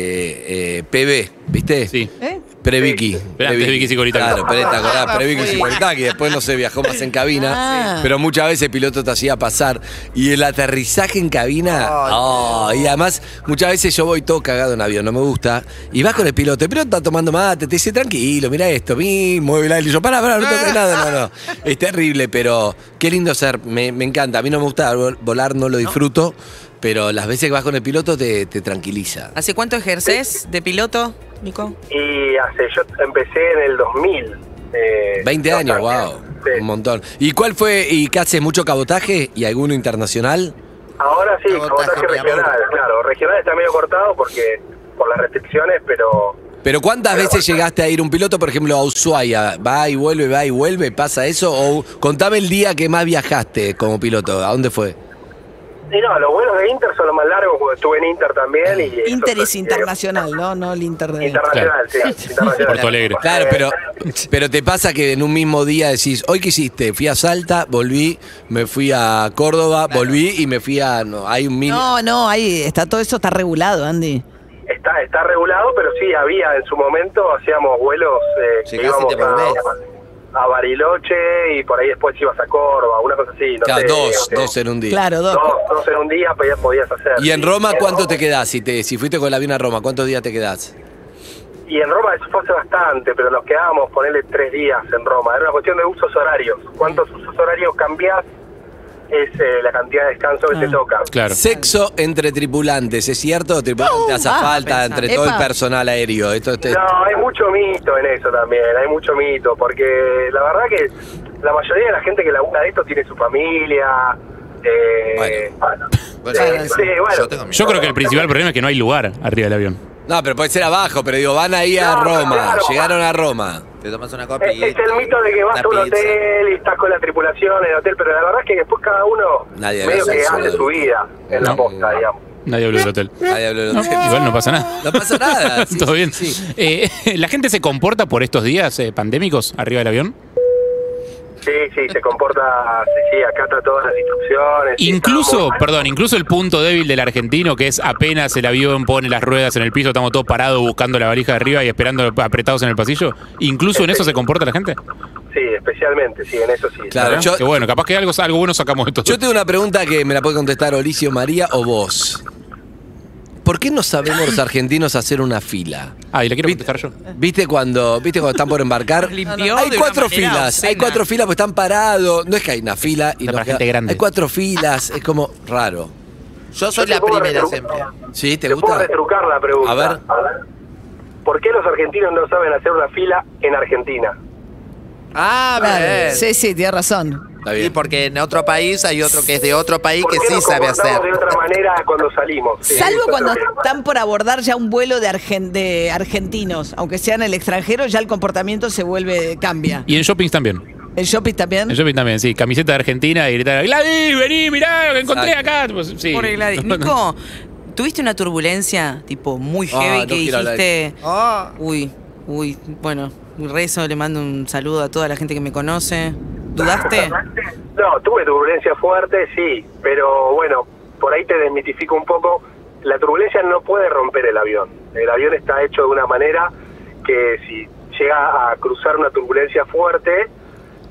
Speaker 4: pre-PB, ¿viste?
Speaker 9: Sí.
Speaker 5: ¿Eh?
Speaker 4: Pre-Vicky.
Speaker 9: antes de Vicky Sicoritaki.
Speaker 4: Claro, pre, ¿te acordás?
Speaker 5: Ah,
Speaker 4: Pre-Vicky
Speaker 5: fue.
Speaker 4: Sicoritaki, después no se viajó más en cabina.
Speaker 5: Ah.
Speaker 4: Pero muchas veces el piloto te hacía pasar. Y el aterrizaje en cabina.
Speaker 6: Ay,
Speaker 4: oh, y además, muchas veces yo voy todo cagado en avión, no me gusta. Y vas con el piloto, el piloto está tomando mate, te dice tranquilo, mira esto, mi, mueve la. Y yo, pará, pará, no toques nada. No, no. Es terrible, pero qué lindo ser. Me, me encanta. A mí no me gusta vol- volar, no lo disfruto. Pero las veces que vas con el piloto te, te tranquiliza.
Speaker 3: ¿Hace cuánto ejerces de piloto, Nico?
Speaker 7: Y hace, yo empecé en el 2000. eh,
Speaker 4: 20 años,
Speaker 7: bastante.
Speaker 4: wow.
Speaker 7: Sí.
Speaker 4: Un montón. ¿Y cuál fue? ¿Y qué haces? ¿Mucho cabotaje? ¿Y alguno internacional?
Speaker 7: Ahora sí,
Speaker 6: Cabotaje,
Speaker 7: cabotaje
Speaker 6: mi amor.
Speaker 7: regional, claro. Regional está medio cortado porque por las restricciones, pero
Speaker 4: Pero ¿cuántas veces llegaste a ir un piloto, por ejemplo, a Ushuaia? ¿Va y vuelve, va y vuelve? ¿Pasa eso? O contame el día que más viajaste como piloto. ¿A dónde fue?
Speaker 7: Y no, los vuelos de Inter son los más largos, porque estuve en Inter también. Y
Speaker 5: Inter es
Speaker 7: eh,
Speaker 5: internacional, ¿no? No el Inter de...
Speaker 7: Internacional, sí. internacional.
Speaker 9: Porto Alegre.
Speaker 4: Claro,
Speaker 7: Eh,
Speaker 4: pero, pero te pasa que en un mismo día decís, hoy qué hiciste? Fui a Salta, volví, me fui a Córdoba, volví y me fui a... No, hay un mini...
Speaker 5: No, no, ahí está todo eso está regulado, Andy.
Speaker 7: Está, está regulado, pero sí, había en su momento, hacíamos vuelos eh, que
Speaker 6: Llegás y
Speaker 7: íbamos
Speaker 6: te volvés.
Speaker 7: a, a Bariloche y por ahí después ibas a Córdoba, una cosa así. No
Speaker 4: Claro,
Speaker 7: sé,
Speaker 4: dos,
Speaker 7: eh,
Speaker 4: dos en un día.
Speaker 5: Claro,
Speaker 7: Dos,
Speaker 5: Doc.
Speaker 7: dos en un día podías, podías hacer.
Speaker 4: ¿Y en Roma cuánto te
Speaker 7: quedó?
Speaker 4: quedás? Si, te, si fuiste con el avión a Roma, ¿cuántos días te quedás?
Speaker 7: Y en Roma eso fue hace bastante, pero nos quedábamos, ponerle tres días en Roma. Era una cuestión de usos horarios. ¿Cuántos usos horarios cambiás? Es eh, la cantidad de descanso que te
Speaker 5: Ah.
Speaker 7: toca.
Speaker 9: Claro.
Speaker 4: Sexo entre tripulantes, ¿es cierto? Tripulante hace
Speaker 5: ah,
Speaker 4: falta
Speaker 3: pensá.
Speaker 4: entre todo el
Speaker 5: Epa.
Speaker 4: personal aéreo. Esto, esto-
Speaker 7: No, hay mucho mito en eso también, hay mucho mito, porque la verdad que la mayoría de la gente que labura de esto tiene su familia. Eh,
Speaker 6: Bueno,
Speaker 7: eh, sí, bueno.
Speaker 6: yo tengo mi-
Speaker 9: Yo creo que el principal problema es que no hay lugar arriba del avión.
Speaker 4: No, pero puede ser abajo, pero digo, van ahí a
Speaker 7: No,
Speaker 4: Roma,
Speaker 7: claro.
Speaker 4: llegaron a Roma.
Speaker 6: Te tomas una
Speaker 7: es,
Speaker 6: copia.
Speaker 7: es el mito de que vas a un hotel y estás con la tripulación en el hotel, pero la verdad es que después cada uno
Speaker 4: Nadie
Speaker 7: medio
Speaker 4: hace
Speaker 7: que
Speaker 4: eso,
Speaker 7: hace
Speaker 4: ¿no?
Speaker 7: su vida en la
Speaker 9: No.
Speaker 7: posta, digamos.
Speaker 9: Nadie habló del hotel.
Speaker 4: Ahí habló el
Speaker 9: No,
Speaker 4: hotel.
Speaker 9: igual no pasa nada.
Speaker 4: No pasa nada. sí,
Speaker 9: Todo
Speaker 4: sí,
Speaker 9: bien.
Speaker 4: sí.
Speaker 9: Eh, ¿La gente se comporta por estos días eh, pandémicos arriba del avión?
Speaker 7: Sí, sí, se comporta, sí, sí, acata todas las instrucciones. sí,
Speaker 9: Incluso,
Speaker 7: está-
Speaker 9: perdón, incluso el punto débil del argentino, que es apenas el avión pone las ruedas en el piso, estamos todos parados buscando la valija de arriba y esperando apretados en el pasillo. ¿Incluso en eso se comporta la gente?
Speaker 7: Sí, especialmente, sí, en eso sí.
Speaker 4: Claro,
Speaker 9: ¿Verdad?
Speaker 4: yo-
Speaker 9: Qué bueno, capaz que algo, algo bueno sacamos de todo.
Speaker 4: Yo tengo una pregunta que me la puede contestar Olicio María o vos. ¿Por qué no sabemos los argentinos hacer una fila?
Speaker 9: Ah, y le quiero contestar yo.
Speaker 4: ¿Viste cuando, ¿Viste cuando están por embarcar?
Speaker 3: Limpió
Speaker 4: hay
Speaker 3: de
Speaker 4: cuatro
Speaker 3: una manera
Speaker 4: filas, hay
Speaker 3: obscena.
Speaker 4: cuatro filas porque están parados. No es que hay una fila y nos
Speaker 9: Está para gente grande.
Speaker 4: Hay cuatro filas, es como raro.
Speaker 6: Yo soy
Speaker 7: Yo te
Speaker 6: la
Speaker 7: puedo
Speaker 6: primera
Speaker 7: retrucar-
Speaker 6: siempre.
Speaker 4: ¿Sí? ¿Te
Speaker 7: Te puedo
Speaker 4: gusta?
Speaker 7: retrucar la pregunta.
Speaker 4: A ver.
Speaker 7: ¿Por qué los argentinos no saben hacer una fila en Argentina?
Speaker 6: Ah,
Speaker 5: Claro.
Speaker 6: bien.
Speaker 5: Sí, sí, tienes razón.
Speaker 4: Está
Speaker 6: Y
Speaker 4: bien.
Speaker 6: porque en otro país hay otro que es de otro país
Speaker 7: ¿Por
Speaker 6: que
Speaker 7: qué
Speaker 6: sí
Speaker 7: nos
Speaker 6: sabe
Speaker 7: comportamos
Speaker 6: hacer.
Speaker 7: de otra manera cuando salimos? Sí,
Speaker 5: Salvo
Speaker 7: eso es
Speaker 5: cuando
Speaker 7: lo que-
Speaker 5: están por abordar ya un vuelo de, argen- de argentinos, aunque sean el extranjero, ya el comportamiento se vuelve, cambia.
Speaker 9: Y en shoppings también.
Speaker 5: El shopping también.
Speaker 9: En shopping también, sí. Camiseta de Argentina y gritar, Gladys, vení, mirá lo que encontré acá. Pues, sí.
Speaker 3: Pobre Gladys.
Speaker 9: No, no.
Speaker 3: Nico, ¿tuviste una turbulencia tipo muy
Speaker 4: Ah,
Speaker 3: heavy
Speaker 4: no
Speaker 3: que
Speaker 4: quiero hablar
Speaker 3: dijiste?
Speaker 6: Ah.
Speaker 3: Uy, uy, bueno, rezo, le mando un saludo a toda la gente que me conoce. ¿Dudaste?
Speaker 7: No, tuve turbulencia fuerte, sí, pero bueno, por ahí te desmitifico un poco. La turbulencia no puede romper el avión. El avión está hecho de una manera que si llega a cruzar una turbulencia fuerte,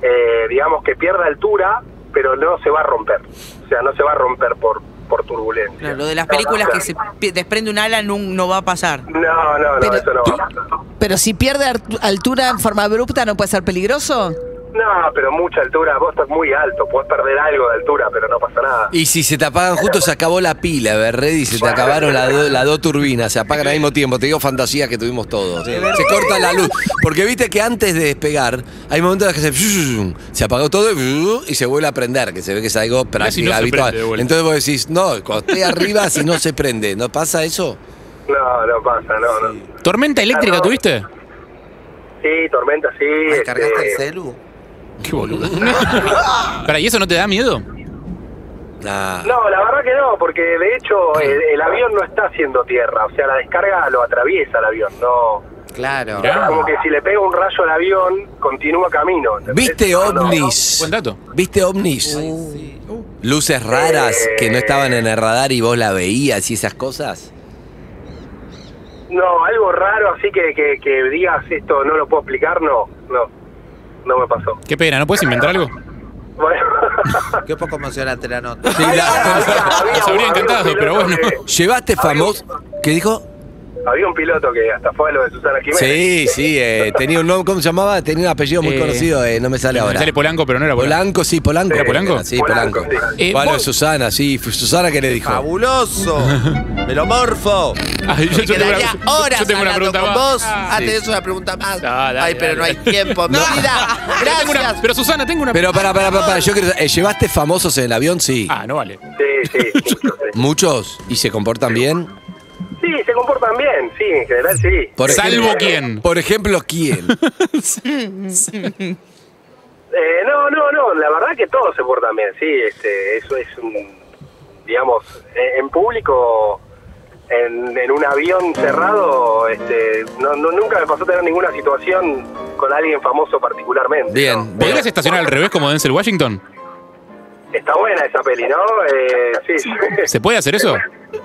Speaker 7: eh, digamos que pierda altura, pero no se va a romper. O sea, no se va a romper por, por turbulencia.
Speaker 3: Claro, lo de las
Speaker 7: No, no,
Speaker 3: películas
Speaker 7: o
Speaker 3: que
Speaker 7: sea,
Speaker 3: se pi- desprende un ala no, no va a pasar.
Speaker 7: No, no, no,
Speaker 5: Pero-
Speaker 7: eso no va a pasar.
Speaker 5: Pero si pierde ar- altura en forma abrupta, ¿no puede ser peligroso?
Speaker 7: No, pero mucha altura. Vos estás muy alto, podés perder algo de altura, pero no pasa nada.
Speaker 4: Y si se te apagan justo, se acabó la pila, Berred, y se te acabaron las do- las dos turbinas, se apagan al mismo tiempo. Te digo fantasías que tuvimos todos. Se corta la luz. Porque viste que antes de despegar, hay momentos en los que se, se apagó todo y se vuelve a prender, que se ve que es algo práctica,
Speaker 9: si no se
Speaker 4: habitual.
Speaker 9: prende de vuelta.
Speaker 4: Entonces vos decís, no, cuando estoy arriba, si no se prende. ¿No pasa eso?
Speaker 7: No, no pasa, no, no.
Speaker 9: ¿Tormenta eléctrica
Speaker 7: Ah, no.
Speaker 9: tuviste?
Speaker 7: Sí, tormenta, sí.
Speaker 6: Ay,
Speaker 7: este,
Speaker 6: Ah, ¿Cargaste el celu?
Speaker 9: Qué boludo. Pará, ¿y eso no te da miedo?
Speaker 4: Nah.
Speaker 7: no, la verdad que no, porque de hecho el, el avión no está haciendo tierra, o sea, la descarga lo atraviesa el avión, no.
Speaker 6: Claro.
Speaker 7: Es
Speaker 9: Ah.
Speaker 7: como que si le pega un rayo al avión, continúa camino. ¿entendés?
Speaker 4: ¿Viste
Speaker 7: No, no.
Speaker 4: ovnis?
Speaker 9: Buen dato.
Speaker 4: ¿Viste ovnis? Luces raras que no estaban en el radar y vos la veías y esas cosas.
Speaker 7: No, algo raro, así que, que, que digas esto, no lo puedo explicar, no, no, no me pasó.
Speaker 9: Qué pena, ¿no puedes inventar algo?
Speaker 7: Bueno,
Speaker 6: Qué poco emocionante la nota.
Speaker 4: Sí, la-
Speaker 9: Se habría encantado,
Speaker 7: piloto
Speaker 9: pero bueno.
Speaker 7: que-
Speaker 4: ¿Llevaste famoso? ¿Qué dijo?
Speaker 7: había un piloto que hasta fue a lo de Susana Jiménez.
Speaker 4: Sí, sí, eh, tenía un nombre, ¿cómo se llamaba? Tenía un apellido muy
Speaker 9: Eh,
Speaker 4: conocido, eh, no me sale ahora.
Speaker 9: Sale Polanco, pero no era Polanco.
Speaker 4: Polanco, sí, Polanco.
Speaker 7: ¿Era
Speaker 9: Polanco?
Speaker 4: Sí, Polanco.
Speaker 7: Polanco, sí.
Speaker 9: Eh,
Speaker 4: bueno,
Speaker 9: vos-
Speaker 4: Susana, sí, fue Susana que le dijo.
Speaker 6: ¡Fabuloso! ¡Melomorfo!
Speaker 9: Ah, yo,
Speaker 6: Me
Speaker 9: yo tengo una-
Speaker 6: quedaría
Speaker 9: yo
Speaker 6: horas
Speaker 9: tengo una
Speaker 6: hablando
Speaker 9: pregunta
Speaker 6: con
Speaker 9: más.
Speaker 6: vos.
Speaker 9: Ah,
Speaker 6: Ah, tenés una pregunta más.
Speaker 9: No, dale,
Speaker 6: Ay, pero no
Speaker 9: dale.
Speaker 6: hay tiempo.
Speaker 9: No.
Speaker 6: Mira,
Speaker 9: Pero tengo una-
Speaker 6: gracias.
Speaker 9: pero Susana, tengo una.
Speaker 4: Pero para, para, para, yo creo, eh, ¿llevaste famosos en el avión? Sí.
Speaker 9: Ah, no vale.
Speaker 7: Sí, sí, mucho, sí.
Speaker 4: ¿Muchos? ¿Y se comportan bien?
Speaker 7: Sí, se comportan bien, sí, en general sí.
Speaker 4: Por
Speaker 9: Salvo
Speaker 4: ejemplo-
Speaker 9: quién.
Speaker 4: Por ejemplo, ¿quién?
Speaker 7: Eh, no, no, no, la verdad que todos se portan bien, sí, este, eso es un, digamos, eh, en público, en, en un avión cerrado, este, no, no- nunca me pasó tener ninguna situación con alguien famoso particularmente.
Speaker 4: Bien.
Speaker 7: ¿no?
Speaker 9: ¿Podrías estacionar al revés como Denzel Washington?
Speaker 7: Está buena esa peli, ¿no? Eh, sí.
Speaker 9: ¿Se puede hacer eso?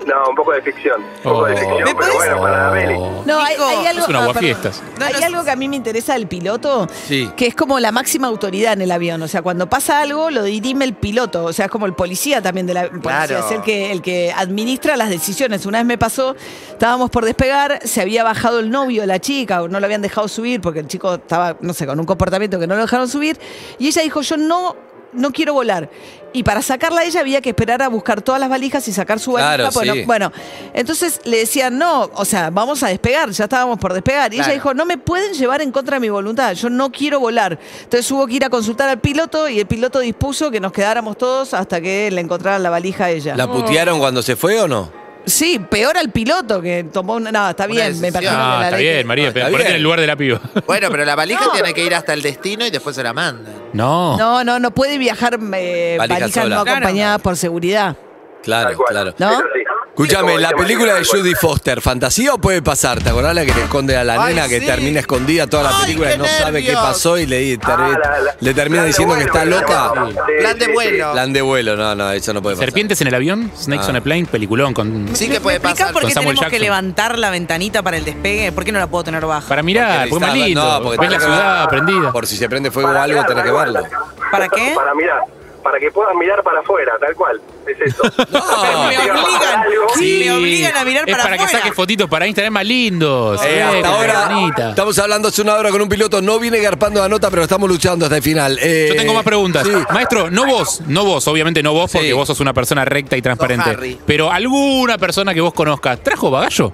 Speaker 7: No, un poco de ficción, un poco de
Speaker 9: Oh.
Speaker 7: ficción,
Speaker 9: ¿Me
Speaker 7: pero bueno, para la peli.
Speaker 5: No, hay,
Speaker 3: Nico,
Speaker 5: hay algo,
Speaker 9: es un
Speaker 5: ah,
Speaker 9: aguafiestas.
Speaker 5: perdón. hay algo que a mí me interesa del piloto,
Speaker 4: Sí.
Speaker 5: que es como la máxima autoridad en el avión. O sea, cuando pasa algo, lo dirime el piloto. O sea, es como el policía también del avión.
Speaker 6: Claro.
Speaker 5: Es el que, el que administra las decisiones. Una vez me pasó, estábamos por despegar, se había bajado el novio de la chica, o no lo habían dejado subir, porque el chico estaba, no sé, con un comportamiento que no lo dejaron subir. Y ella dijo, yo no... No quiero volar. Y para sacarla a ella había que esperar a buscar todas las valijas y sacar su valija.
Speaker 4: Claro,
Speaker 5: porque no-
Speaker 4: sí.
Speaker 5: bueno, entonces le decían, no, o sea, vamos a despegar, ya estábamos por despegar. Y ella dijo, no me pueden llevar en contra de mi voluntad, yo no quiero volar. Entonces hubo que ir a consultar al piloto y el piloto dispuso que nos quedáramos todos hasta que le encontraran la valija a ella.
Speaker 4: ¿La putearon cuando se fue o no?
Speaker 5: Sí, peor al piloto que tomó una... No, está bien, me
Speaker 6: decisión.
Speaker 5: parece. que
Speaker 9: Ah,
Speaker 5: la
Speaker 9: está
Speaker 5: ley-
Speaker 9: bien, María.
Speaker 4: está
Speaker 9: Ponete
Speaker 4: bien.
Speaker 9: en el lugar de la piba.
Speaker 6: Bueno, pero la valija tiene que ir hasta el destino y después se la mandan.
Speaker 9: No.
Speaker 5: No, no, no puede viajar eh,
Speaker 4: Valija
Speaker 5: valija
Speaker 4: sola.
Speaker 5: no acompañada por seguridad.
Speaker 4: Claro,
Speaker 7: Tal cual.
Speaker 4: claro.
Speaker 5: ¿No?
Speaker 7: Eso sí.
Speaker 4: Escúchame,
Speaker 7: Como
Speaker 4: la
Speaker 7: dice
Speaker 4: película de
Speaker 7: María, tal cual.
Speaker 4: Judy Foster, ¿fantasía o puede pasar? ¿Te acordás la que le esconde a la
Speaker 6: Ay,
Speaker 4: nena que
Speaker 6: sí.
Speaker 4: termina escondida toda la
Speaker 6: Ay,
Speaker 4: película y
Speaker 6: qué
Speaker 4: no sabe qué
Speaker 6: nervios.
Speaker 4: pasó y le, ter-
Speaker 7: Ah, la- la-
Speaker 4: ¿eh? le termina
Speaker 7: plan de
Speaker 4: diciendo que
Speaker 7: vuelo
Speaker 4: está
Speaker 7: que le
Speaker 4: loca?
Speaker 7: llamaban. Sí,
Speaker 6: Plan de
Speaker 7: sí, sí.
Speaker 6: vuelo.
Speaker 4: Plan de vuelo, no, no, eso no puede pasar.
Speaker 9: Serpientes en el avión, Snakes
Speaker 4: Ah.
Speaker 9: on a Plane, peliculón con.
Speaker 6: Sí que puede
Speaker 3: ¿Explica
Speaker 6: pasar.
Speaker 3: por
Speaker 9: Con
Speaker 3: qué
Speaker 9: Samuel
Speaker 3: tenemos que
Speaker 9: Jackson.
Speaker 3: levantar la ventanita para el despegue? ¿Por qué no la puedo tener baja?
Speaker 9: Para
Speaker 4: Porque
Speaker 9: mirar, porque es más
Speaker 4: está-
Speaker 9: lindo.
Speaker 4: no, porque
Speaker 9: Ves la
Speaker 4: está-
Speaker 9: ciudad prendida.
Speaker 4: Por si se prende fuego o algo,
Speaker 7: mirar,
Speaker 4: tenés que
Speaker 7: tal
Speaker 4: verlo.
Speaker 7: cual.
Speaker 3: ¿Para qué?
Speaker 7: Para mirar, para que puedas mirar para afuera, tal cual. es eso.
Speaker 4: No.
Speaker 3: Oh, me
Speaker 7: Si vas a
Speaker 3: obligan,
Speaker 7: pasar algo,
Speaker 3: Sí, me obligan a mirar
Speaker 9: es
Speaker 3: para
Speaker 9: para que
Speaker 3: afuera.
Speaker 9: saques fotitos para Instagram más lindos.
Speaker 4: Eh,
Speaker 9: eh,
Speaker 4: hasta
Speaker 9: con la
Speaker 4: ahora
Speaker 9: campanita.
Speaker 4: estamos hablando hace una hora con un piloto. No viene garpando la nota, pero estamos luchando hasta el final. Eh,
Speaker 9: Yo tengo más preguntas.
Speaker 4: sí.
Speaker 9: Maestro, no vos, no vos, obviamente no vos, porque
Speaker 4: Sí.
Speaker 9: vos sos una persona recta y transparente.
Speaker 6: Harry.
Speaker 9: Pero alguna persona que vos conozcas, ¿trajo bagallo?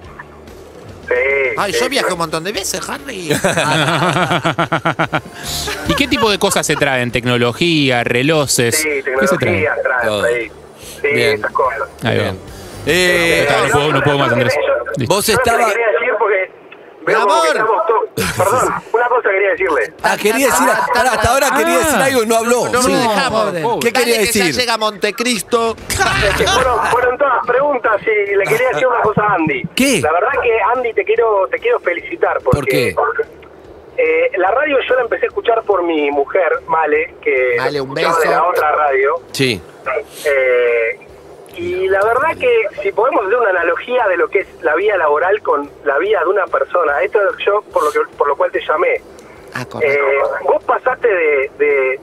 Speaker 7: sí,
Speaker 6: Ay,
Speaker 7: sí,
Speaker 6: yo viajé
Speaker 7: sí.
Speaker 6: un montón de veces, Harry.
Speaker 9: ¿Y qué tipo de cosas se traen? ¿Tecnología, relojes?
Speaker 7: Sí,
Speaker 9: ¿Qué se traen?
Speaker 7: tecnología, atrás,
Speaker 4: Todo.
Speaker 7: ahí. Sí,
Speaker 4: Bien.
Speaker 7: esas cosas.
Speaker 9: Ahí va.
Speaker 4: Bien. Eh,
Speaker 9: está, no puedo- no puedo más, Andrés. Listo.
Speaker 4: Vos
Speaker 7: Yo no te
Speaker 4: estabas.
Speaker 7: quería decir porque veo
Speaker 6: Mi
Speaker 7: como que
Speaker 6: amor.
Speaker 7: estamos todos- Perdón, una cosa quería decirle.
Speaker 4: Ah, quería decir. pará, hasta ahora
Speaker 9: Ah.
Speaker 4: quería decir algo y no habló.
Speaker 6: No
Speaker 4: Sí.
Speaker 6: lo dejamos.
Speaker 5: pobre.
Speaker 4: ¿Qué
Speaker 6: Dale
Speaker 4: quería
Speaker 6: que ya
Speaker 4: decir?
Speaker 6: llega Montecristo.
Speaker 7: Que fueron, fueron todas preguntas y le quería decir una cosa a Andy.
Speaker 4: ¿Qué?
Speaker 7: La verdad que Andy te quiero te quiero felicitar porque
Speaker 4: ¿Por
Speaker 7: eh, la radio yo la empecé a escuchar por mi mujer, Male, que
Speaker 6: Male, un
Speaker 7: escuchaba de
Speaker 6: beso.
Speaker 7: la otra radio.
Speaker 4: Sí.
Speaker 7: Eh, y la verdad que si podemos hacer una analogía de lo que es la vida laboral con la vida de una persona, esto es yo por lo que por lo cual te llamé.
Speaker 6: Ah, correcto.
Speaker 7: Eh, vos pasaste de, de,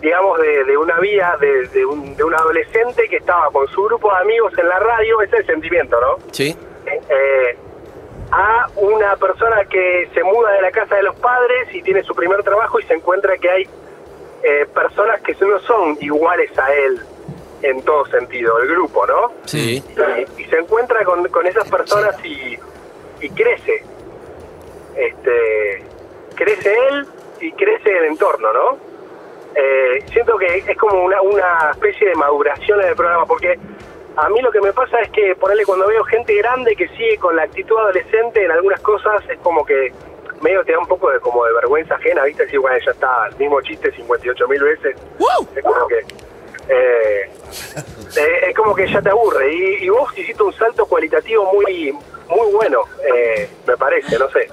Speaker 7: digamos, de, de una vida de, de un, de un adolescente que estaba con su grupo de amigos en la radio, ese es el sentimiento, ¿no?
Speaker 4: Sí.
Speaker 7: Eh, a una persona que se muda de la casa de los padres y tiene su primer trabajo y se encuentra que hay eh, personas que no son iguales a él en todo sentido, el grupo, ¿no?
Speaker 4: Sí.
Speaker 7: y se encuentra con, con esas personas y, y crece. Este, crece él y crece el entorno, ¿no? Eh, siento que es como una, una especie de maduración en el programa, porque a mí lo que me pasa es que, ponerle cuando veo gente grande que sigue con la actitud adolescente en algunas cosas, es como que medio te da un poco de como de vergüenza ajena, ¿viste? Decir, bueno, ya está, el mismo chiste 58 mil veces. Es como que... eh, eh, es como que ya te aburre. Y, y vos hiciste un salto cualitativo muy muy bueno, eh, me parece, no sé.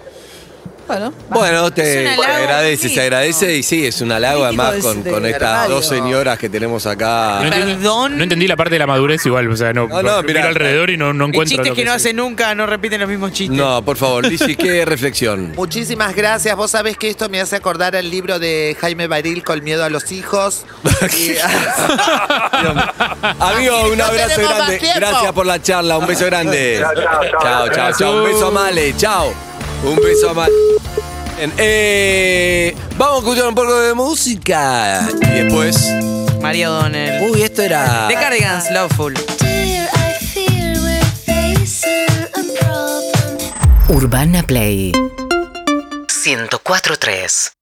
Speaker 5: Bueno,
Speaker 4: Bueno, te,
Speaker 3: Es un
Speaker 4: te
Speaker 3: halago,
Speaker 4: agradece,
Speaker 3: sí.
Speaker 4: se agradece y sí, es un halago
Speaker 5: Crítico
Speaker 4: además
Speaker 5: de-
Speaker 4: con,
Speaker 5: de
Speaker 4: con
Speaker 5: la
Speaker 4: estas
Speaker 5: radio.
Speaker 4: dos señoras que tenemos acá.
Speaker 9: No entendí-
Speaker 3: Perdón.
Speaker 9: No entendí la parte de la madurez igual, o sea, no,
Speaker 4: No, no, mirá.
Speaker 9: miro alrededor y no, no
Speaker 3: Y
Speaker 9: encuentro
Speaker 3: chistes
Speaker 9: lo
Speaker 3: que no
Speaker 9: soy.
Speaker 3: hacen nunca, no repiten los mismos chistes.
Speaker 4: No, por favor, Lizzy, qué reflexión.
Speaker 6: Muchísimas gracias. Vos sabés que esto me hace acordar el libro de Jaime Baril con miedo a los hijos. Y-
Speaker 4: Amigo, un
Speaker 6: No
Speaker 4: abrazo
Speaker 6: tenemos más
Speaker 4: grande.
Speaker 6: tiempo.
Speaker 4: Gracias por la charla, un beso grande.
Speaker 7: Chao, chao, chao.
Speaker 4: Chao, chao, chao. Un beso a Male, chao. Un beso a Male. Bien, eh, vamos a escuchar un poco de música. Y después.
Speaker 3: María O'Donnell.
Speaker 4: Uy, esto era.
Speaker 3: The Cardigans, Loveful.
Speaker 1: Urbana Play 104.3